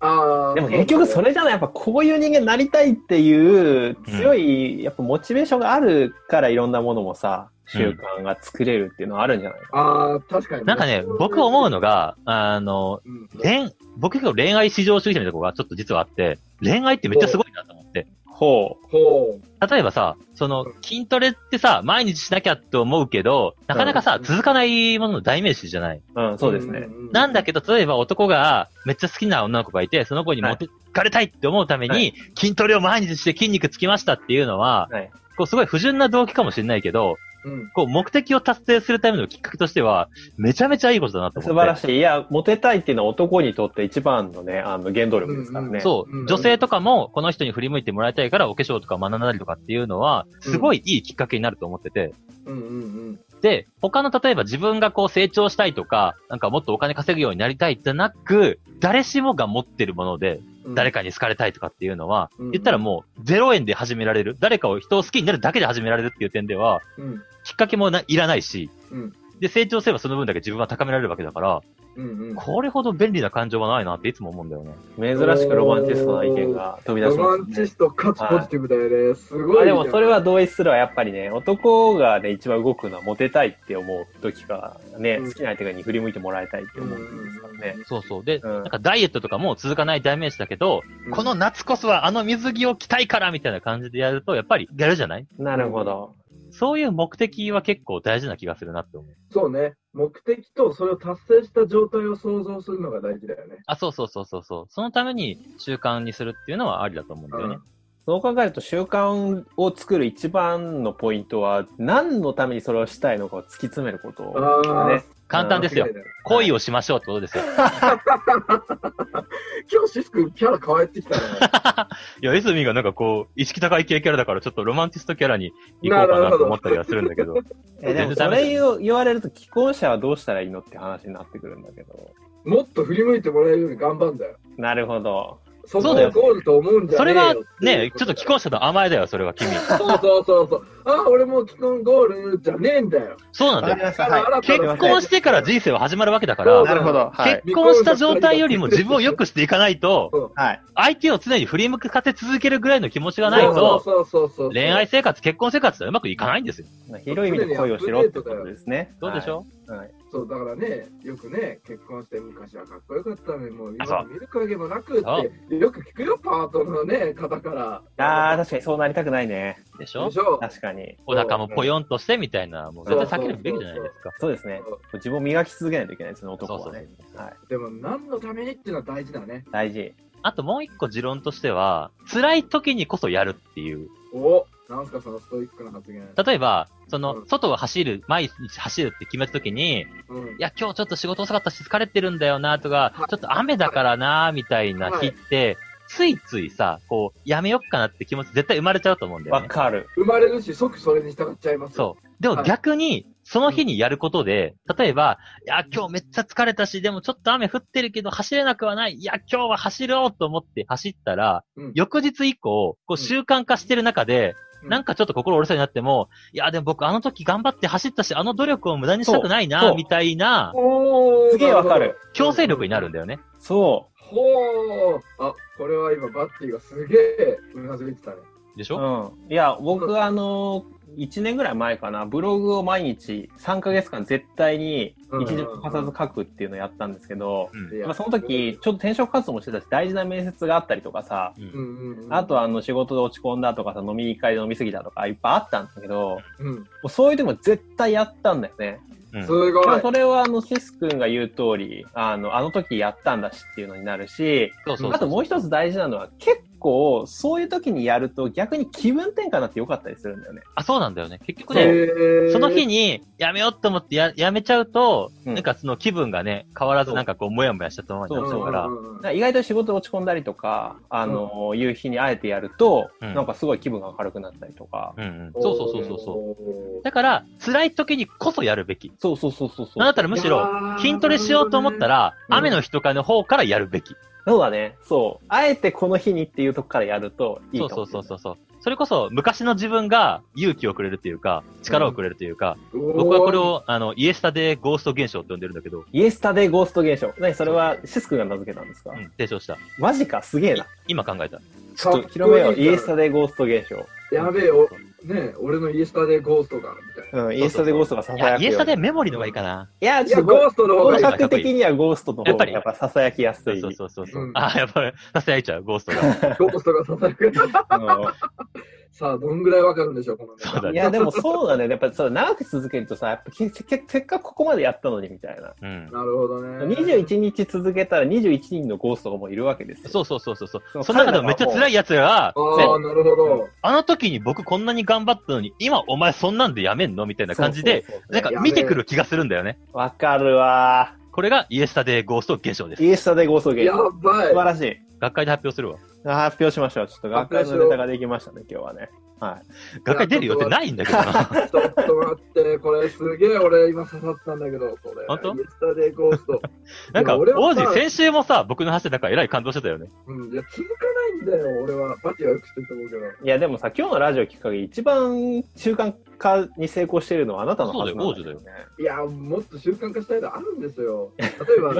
C: ああ。
A: でも結局そ
C: れ。
A: れじゃない、やっぱこういう人間になりたいっていう強い、やっぱモチベーションがあるからいろんなものもさ、習慣が作れるっていうのはあるんじゃないか、
C: ああ、確かに。
B: なんかね、僕思うのが、あの、
C: うん。
B: 恋、僕結構恋愛至上主義者みたいなとこがちょっと実はあって、恋愛ってめっちゃすごいなと思って。
A: ほう。
C: ほう。
B: 例えばさ、その、筋トレってさ、毎日しなきゃって思うけど、なかなかさ
C: う、ん
B: 続かないものの代名詞じゃない。
A: うん、そうですね。
C: ん。
B: なんだ
C: け
B: けど、例えば男がめっちゃ好きな女の子がいて、その子に持ってかれたいって思うために、
A: は
B: 筋トレを毎日して筋肉つきましたっていうのは、
A: はい。
B: こうすごい不純な動機かもしれないけど、
C: うん。
B: こう目的を達成するためのきっかけとしては、めちゃめちゃいいことだなと思って。
A: 素晴らしい。いや、モテたいっていうのは男にとって一番のね、あの、原動力ですから
C: う
A: ね。
C: ん
B: そうう、
C: ん
B: 女性とかもこの人に振り向いてもらいたいからお化粧とか学んだりとかっていうのは、すごいいいきっかけになると思ってて、
C: うんうん
B: で、他の例えば自分がこう成長したいとか、なんかもっとお金稼ぐようになりたいじゃなく、誰しもが持ってるもので、
C: うん。
B: 誰かに好かれたいとかっていうのは、
C: うん
B: 言ったらもう0円で始められる。誰かを人を好きになるだけで始められるっていう点では、
C: うん。
B: きっかけもないらないし、
C: うん
B: で、成長すればその分だけ自分は高められるわけだから、
C: うんうん。
B: これほど便利な感情はないなっていつも思うんだよね。
A: 珍しくロマンチストな意見が飛び出
C: ロ
A: し
C: マ
A: まし
C: ンチ
A: た、ね
C: ス。トかつポジティブだよね。すご
A: ま
C: い。
A: あでもそれは、同意するわ。やっぱりね、男がね、一番動くのはモテたいって思う時か、ね、
C: うん
A: 好きな相手に振り向いてもらいたいって
C: う
A: 思
C: ん
A: う時ですからね。
B: そうそう。で、
A: うん
B: なんかダイエットとかも続かない代名詞だけど、
C: うん
B: この、夏こそはあの水着を着たいからみたいな感じでやると、やっぱりやるじゃない
A: なるほど。
B: そういう目的は結構大事な気がするなって思う。
C: そうね。目的とそれを達成した状態を想像するのが大事だよね。
B: あ、そうそうそうそうそう。そのために習慣にするっていうのはありだと思うんだよね。
A: そう考えると習慣を作る一番のポイントは何のためにそれをしたいのかを突き詰めること
C: ああ、
A: ね。
B: 簡単ですよ
C: 間違い。ない
B: 恋をしましょうってこと ですよ。
C: 今日シス君キャラ変わってきたね。
B: いや、エスミがなんかこう、意識高い系キャラだから、ちょっとロマンティストキャラに行こうかなと思ったりはするんだ けど。
A: えでもそれ言う言われると既婚者はどうしたらいいのって話になってくるんだけど。
C: もっと振り向いてもらえるように頑張るんだよ。
A: なるほど。
C: そこ
B: そう
C: を
B: だよ
C: ゴールと思うんじゃ
B: そ
C: ね
B: れ
C: えよ
B: は
C: っていうことだよ。
B: ね、ちょっと既婚者の甘えだよ、それは 君。
C: そうそうそうそう。ああ、俺も既婚ゴールじゃねえんだよ。
B: そうなんだ
A: わかり。ま
B: よ
A: した。
C: ただ
A: はい。
C: 新
B: 結
C: たな
B: 婚してから人生は始まるわけだから
C: そう、
A: なるほど。はい。
B: 結婚した状態よりも自分を良くしていかないと、
A: はい。
B: 相手を常に振り向かせ続けるぐらいの気持ちがない
C: そう
B: と、
C: そうそうそう。
B: 恋愛生活、結婚生活はうまくいかないんですよ。
A: 広い意味で恋をしろってことですね。
B: そうでしょ、
A: はいはい
C: そう、だからね、よくね、結婚して昔はかっこよかったのに、もう
B: あそ
C: 今
B: う
C: 見る影もなくって、よく聞くよ、パートのね、方から。
A: ああ、確かにそうなりたくないね。
B: でし
C: で
B: ょ
C: しょ
A: 確かに。
B: 小高もぽよんとしてみたいな、もう絶対避けるべきじゃないですか。
A: そうですね。自分を磨き続けないといけないですね、男はね。はい。
C: でも、何のためにっていうのは大事だね。
A: 大事。
B: あともう一個持論としては、辛い時にこそやるっていう。
C: おなんすか、そのストイックな発言。
B: 例えば、そうの、
C: ん
B: 外を走る、毎日走るって決めた時に、
C: うん
B: い。や、今日ちょっと仕事遅かったし疲れてるんだよなとか
C: は、い
B: ちょっと雨だからなみたいな日って、ついついさ、こう、やめよっかなって気持ち絶対生まれちゃうと思うんだよ
A: わ
B: ね。
A: かる。
C: 生まれるし、即それに従っちゃいます。
B: そう。でも
C: はい
B: 逆に、その日にやることで、例えば、いや、今日めっちゃ疲れたし、でもちょっと雨降ってるけど走れなくはない。いや、今日は走ろうと思って走ったら、
C: うん
B: 翌日以降、こ
C: ん
B: う習慣化してる中で、
C: うん
B: なんかちょっと心折れそうになっても、いや、でも僕あの時頑張って走ったし、あの努力を無駄にしたくない
A: そう
B: な
A: そう
B: みたいな、
C: おー。
A: すげえわかる。
B: 強制力になるんだよね。
A: そ
C: ほー。あ、これは今、バッティがすげえ、うなずいてたね。
B: でし
A: う。
B: ょ、
A: うん。いや、僕、あの、1年ぐらい前かな、ブログを毎日3ヶ月間絶対に一日も欠かさず書くっていうのをやったんですけど、
C: い
A: まあ
C: や
A: その時、ちょっと転職活動もしてたし、大事な面接があったりとかさ、
B: う
C: うんんうんうん。
A: あと、はあの仕事で落ち込んだとかさ、飲み会で飲みすぎたとかいっぱいあったんだけど、も
C: うん。
A: うそういう時も絶対やったんだよね。
B: うん
C: すごい。
A: まあそれはあの、シス君が言う通り、あの、あの時やったんだしっていうのになるし、
B: そうそうそう
A: あともう一つ大事なのは、結構そういう時にやると逆に気分転換になってよかったりするんだよね。
B: あ、そうなんだよね。結局ね、
C: で
B: その日にやめようと思ってややめちゃうと、
A: うん
B: なんかその気分がね、変わらずなんかこう、もやもやしちゃったままになっちゃうから、
A: だから意外と仕事落ち込んだりとか、あの、夕日にあえてやると、
B: うん
A: なんかすごい気分が明るくなったりとか。
B: うんうん。そうそうそうそうそう。
C: う
B: だから、辛い時にこそやるべき。
A: そうそうそうそうそう。
B: なんだったらむしろ、筋トレしようと思った
C: ら、
B: ら、
A: うん
B: 雨の日とかの方からやるべき。
A: そうだね。そう。あえてこの日にっていうとこからやるといい
B: そ
A: と
B: う
A: 思。
B: そううそうそうそう。それこそ、昔の自分が勇気をくれるというか、力をくれるというか、僕はこれを、あの、家下でゴースト現象って呼んでるんだけど、
A: イエスタデイゴースト現象。何それはシス君が名付けたんですか、
B: うん、提唱した。
A: マジか、すげえな。
B: 今考えた。
A: ちょっと広めよう。イエスタデイゴースト現象。
C: やべえよ。ね、俺のイエスタでゴーストが、みたいな。
A: うん、イエスタでゴーストがさ
B: い
A: さ
B: や、
A: やく
B: イ
A: よ
B: エ
A: う
B: スタ
A: に
B: でメモリーの方がいいかな。
A: いや、
C: い
A: ち
C: や、
A: ょっとゴ
C: ゴーストの方
A: ー
C: が
A: 本
C: いい。
A: 格的にはゴーストの
B: やっ
A: 方
B: ぱ
A: が
B: り
A: やっぱささやきやすい。
B: そうそうそうそう。
C: うん
B: あ、やっぱり、さすがいちゃう、ゴーストが。
C: ゴーストがささやく。
A: う
C: さあ、どんぐらいわかるんでしょう、このネタ
B: そうだ
A: んい
B: ね
A: や、でもそうだね。やっぱそう長く続けるとさ、やっぱせせせっかくここまでやったのにみたいな。
B: うん。
C: なるほどね。
A: 21日続けたら21人のゴーストがもういるわけですよ。
B: そうそうそうそう。そうそ
A: そ
B: の
A: う
B: 中でもめっちゃ辛い奴らが、
C: ああ、なるほど。
B: あの時に僕こんなに頑張ったのに、今お前そんなんでやめんのみたいな感じで、
A: そうそうそう
B: なんか見てくる気がするんだよね。
A: わかるわ
B: これがイエスタデーゴースト現象で
A: ー。
B: す。
A: イエスタでゴーストゲー
C: や
A: ム。
C: ば
A: 素晴
C: い。
A: らしい。
B: 学会で発表するわ。
A: 発表しましょう。ちょっと学会のネタができましたね、今日はね。は
B: 学会出る予定ないんだけどな。
C: ちょっと待って、これすげえ俺今刺さったんだけど、これ。
B: 本当
C: イエスタデーゴースト。
B: なんか、
C: いや俺
B: 王
C: はさ
B: 子先週もさ、僕の話でなんかえらい感動してたよね。
C: うん、いや、続かないんだよ、俺は。バチはよくしてると思うけど。
A: い。いや、でもさ、今日のラジオ聞く限り一番習慣化に成功しているのはあなたのはずなんだよ
B: そう
A: ね。
C: いや、もっと習慣化したいのあるんですよ。例 えば、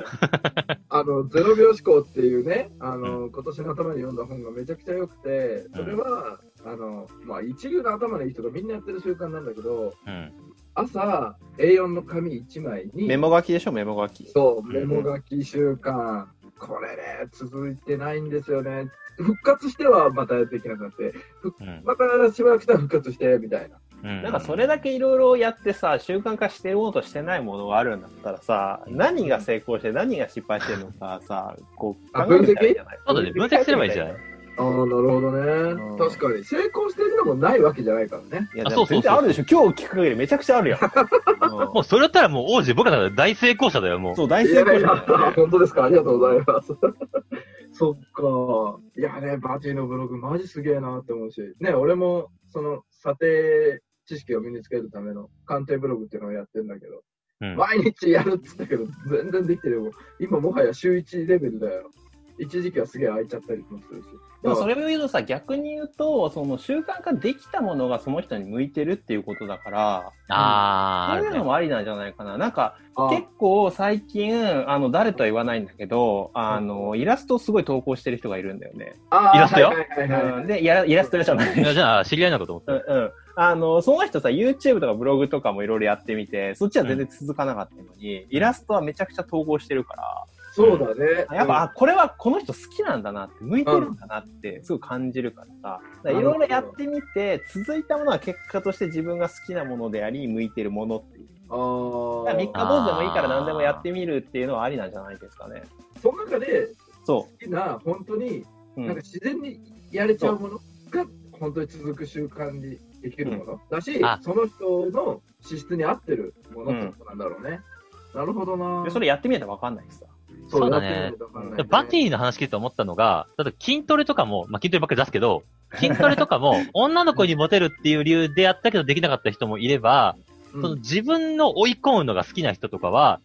C: あの、ゼロ秒思考っていうね、あの、今年の頭に読んだ本がめちゃくちゃ良くて、それは、あの、まあ、一流の頭のいい人がみんなやってる習慣なんだけど、
B: うん。
C: 朝、A4 の紙1枚に、
A: メモ書きでしょ、メモ書き。
C: そう、メモ書き習慣。これね、続いてないんですよね。復活してはまたできなくなって、
B: うん。
C: またしばらくしたら復活して、みたいな。
B: うん
A: なんかそれだけいろいろやってさ、習慣化してるものとしてないものがあるんだったらさ、何が成功して何が失敗してるのかさ、こう考
C: あ
A: えてみたらいいんじゃない
B: そうだね、分析すればいいんじゃない
C: ああ、なるほどね、
A: ん
C: 確かに。成功してるのもないわけじゃないからね。
A: いや、
B: あ
A: で
B: そ
A: も
B: うそうそう
A: 全然あるでしょ。今日聞く限りめちゃくちゃあるやん。
B: もうそれだったらもう王子、僕らから大成功者だよ、もう。
A: そう、大
C: い
A: 成
C: や
A: 功
C: い
A: 者
C: や
A: だよね。
C: 本当ですかありがとうござい ます。そっか。いやね、バティのブログマジすげえなって思うし、ね、俺もその査定知識を身につけるための鑑定ブログっていうのをやってんだけど、
B: うん
C: 毎日やるっつったけど、全然できてるよ。今もはや週1レベルだよ。一時期はすげえ空いちゃったりもするし。
A: でもそれを言うとさ、逆に言うと、その習慣化できたものがその人に向いてるっていうことだから、
B: あ
A: そ
B: ー、あ
A: うい
B: る
A: うの
B: ね。
A: もありなんじゃないかな。なんか、
C: あ
A: 結構最近、あの、誰とは言わないんだけど、あの、イラストをすごい投稿してる人がいるんだよね。
C: あー
B: イラストよ
C: はいはいはいは
A: うん
C: い
A: で、イライラストじゃない。
B: いやじゃあ、知り合いなのかと思っ
A: うん
B: た。
A: うん。あの、その人さ、YouTube とかブログとかもいろいろやってみて、そっちは全然続かなかったのに、イラストはめちゃくちゃ投稿してるから、
C: そうだね。
A: やっぱ、あこれはこの人好きなんだなって、向いてるんだなって、すごい感じるからさ、だからいろいろやってみて、続いたものは結果として自分が好きなものであり、向いてるものっていう。
C: あー
A: だから三日坊主でもいいから何でもやってみるっていうのはありなんじゃないですかね。
C: その中で
A: そ
C: 好きな、本当に
A: う。うん
C: なんか自然にやれちゃうものが本当に続く習慣にできるもの、だし
B: あ、
C: その人の資質に合ってるものってことなんだろうね。なるほどな。
A: でそれやってみないと分かんないしさ。
B: そうだね。でバテ
C: ィ
B: ィの話聞いてて思ったのが、だと筋トレとかも、まあ、筋トレばっかり出すけど、筋トレとかも、女の子にモテるっていう理由でやったけどできなかった人もいれば、その自分の追い込むのが好きな人とかは、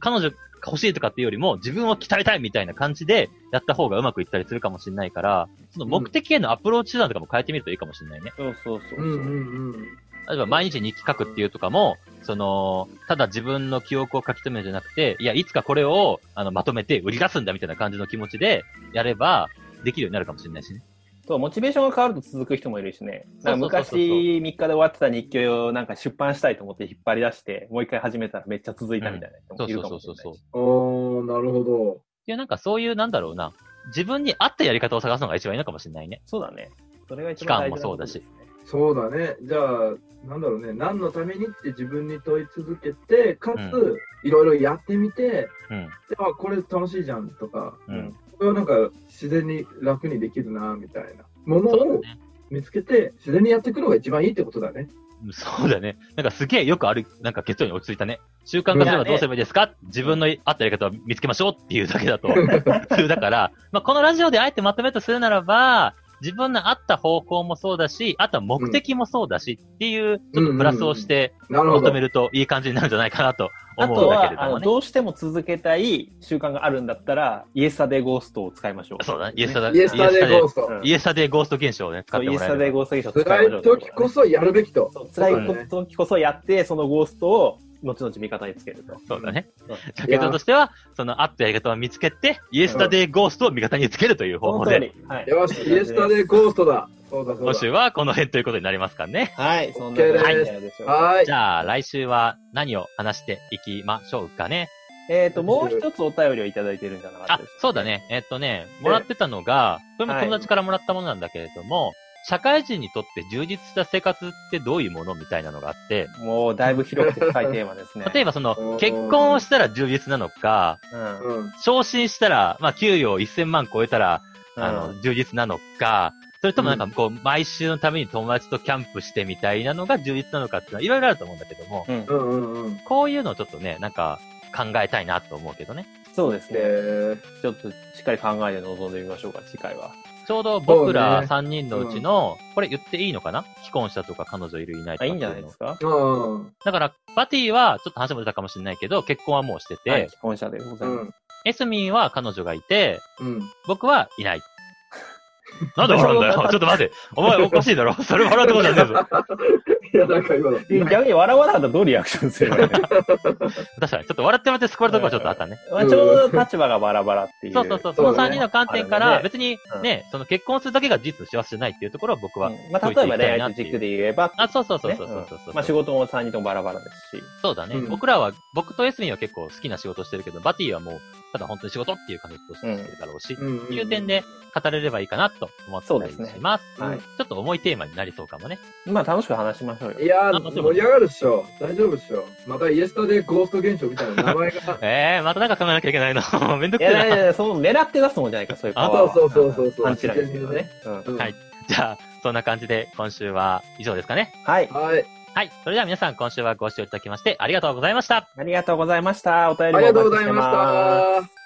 B: 彼女が欲しいとかっていうよりも、自分を鍛えたいみたいな感じでやった方がうまくいったりするかもしれないから、その目的へのアプローチ手段とかも変えてみるといいかもしれないね。
A: そうそうそうそう。
C: うんうんうん。
B: 例えば毎日日記書くっていうとかも、その、ただ自分の記憶を書き留めるんじゃなくて、いや、いつかこれを、あの、まとめて売り出すんだみたいな感じの気持ちで、やれば、できるようになるかもしれないしね。
A: そう、モチベーションが変わると続く人もいるしね。なんか
B: そうそうそうそう
A: 昔3日で終わってた日記をなんか出版したいと思って引っ張り出して、もう一回始めたらめっちゃ続いたみたいな人
B: そ
A: も
B: う
A: い
B: そ
A: る
B: う
A: か
B: そ
A: も
B: う
A: しれ
B: そう
A: ない
B: そう。
A: し。
C: あーなるほど。
B: いや、なんかそういう、なんだろうな。自分に合ったやり方を探すのが一番いいのかもしれないね。
A: そうだね。それが一番大事なことです
B: 期
A: ね。
C: そうだね。じゃあ、なんだろうね。何のためにって自分に問い続けて、かつ、
B: う
C: いろいろやってみて、
B: うん。
C: であ、これ楽しいじゃんとか、
B: うん。
C: これはなんか自然に楽にできるな、みたいなもの
B: そうだ
C: を
B: ね。
C: 見つけて、自然にやっていくのが一番いいってこと だね。
B: そうだね。なんかすげえよくある、なんか結論に落ち着いたね。習慣化すればどうすればいいですか、自分の合ったやり方を見つけましょうっていうだけだと。普通だから、まあ、このラジオであえてまとめるとするならば、自分の合った方向もそうだし、あとは目的もそうだしっていう、ちょっとプラスをして
C: なるほ
B: 求
C: ど
B: め。るといい感じになるんじゃないかなと
A: あ
B: 思う
A: と
B: んだけれ
A: は、あ
B: ども
A: の、
B: ね。
A: どうしても続けたい習慣があるんだったら、イエスタデーゴーストを使いましょう。
B: そうだね。イエスタ
C: イエスタデーゴースト。
A: うん
B: イエスタデーゴースト現象をね、使
A: そう
B: って
A: イエ
B: もら
A: ス
B: え
A: タデ
B: れ
A: ー
B: ば。
A: ゴーストゲートを使
C: 辛
A: いましょ。
C: いう時こそやるべきと。
A: そう辛
B: そうだ
C: ね
A: い時こそやって、そのゴーストを後々味方につけると。
B: そうだね
A: うん。
B: じゃあ結論としては、その合ったやり方を見つけて、イエスタデーゴーストを味方につけるという
A: こ
B: 方
A: の
B: 法
A: 通
B: で。
A: り。はい。
C: よし、イエスタデーゴーストだ。そうだそう
B: 今週
C: だ。
B: はこの辺ということになりますからね。
A: はい、そんなことになるでしょう。
C: はーい。
B: じゃあ、来週は何を話していきましょうかね。
A: えっ、と、もう一つお便りをいただいてるんじゃなかった
B: あ
A: ですか、、
B: そうだ。ね。えっとね、もらってたのが、これも友達からもらったものなんだけれども、社会人にとって充実した生活ってどういうものみたいなのがあって、
A: もう、だいぶ広くて深いテーマですね。
B: 例え
A: ば、
B: ばそ
C: お
B: の、
C: ー
B: 結婚をしたら充実なのか、
A: うん。
C: うん。
B: 昇進したら、まあ、給与を1000万超えたら、あ
A: うん
B: の、充実なのか、それともなんかこう、毎週のために友達とキャンプしてみたいなのが充実なのかっていうのは、いろいろあると思うんだけども、
A: うん
C: う、んうんうん。
B: こういうのをちょっとね、なんか、考えたいなと思うけどね。
A: そうですね。
C: えー、
A: ちょっとしっかり考えて臨んでみましょうか、次回は。
B: ちょうど僕
C: そう
B: ら
C: ね
B: 3人のうちの、これ言っていいのかな既婚者とか彼女いるいないと
A: あ、
B: か。
A: いいんじゃないです
B: か。
A: か
C: うんうん。
B: だから、バティは、ちょっと話も出たかもしれないけど、結婚はもうしてて、
A: はい、既婚者でござ
C: う
A: います
C: ん。。
B: エスミンは彼女がいて、
C: うん。
B: 僕は いない。なんで笑うんだよ。ちょっと待って。お前おかしい だろ。それ笑うってことじゃないぞ。
C: いや、なんか今の。
A: うん逆に笑わなかったらどうリアクションすればいいの
B: 確かに。ちょっと笑ってもらって救われたとこはちょっとあったね。
A: まあちょうど立場がバラバラっていう。
B: そうそうそう。その3人の観点か
A: あ
B: ら、
A: るね
B: 別に
A: うん
B: ね、その結婚するだけが実の幸せじゃないっていうところは僕は。
A: うんまあ、例えば恋愛と軸で言えば、
B: あ、そうそうそう
A: ね
B: そうそうそうそう。
A: まあ、仕事も3人ともバラバラですし。
B: そうだね、
C: うん
B: 僕らは、僕とエスミンは結構好きな仕事してるけど、バティはもう、ただ本当に仕事っていう感じとしてるだろうし、
C: うんうん
B: いう点で語れればいいかなと思ったりします。
C: そうですね
B: はいちょっと重いテーマになりそうかもね。
A: まあ、楽しく話しましょうよ
C: い。や
B: あ。
C: ー、盛り上がるっしょ。大丈夫っしょ。またイエスタでゴースト現象みたいな名前が
B: ええー、またなんか考えなきゃいけないの。めんど
A: い
B: くせえ
A: やいやい
B: な。
A: や、そう、狙って出すもんじゃないか、そういうパワーは
C: そうそうそうそう
A: パンチラインっていうのね。うん
C: うん
B: はい じゃあ、そんな感じで今週は以上ですかね。
A: はい。
C: はい。
B: はい。それでは皆さん今週はご視聴いただきましてありがとうございました。
A: ありがとうございました。お便り
C: ありがとう
A: もお
C: ご
A: 待ちし
C: ざい
A: て
C: ま
A: ます。
C: した。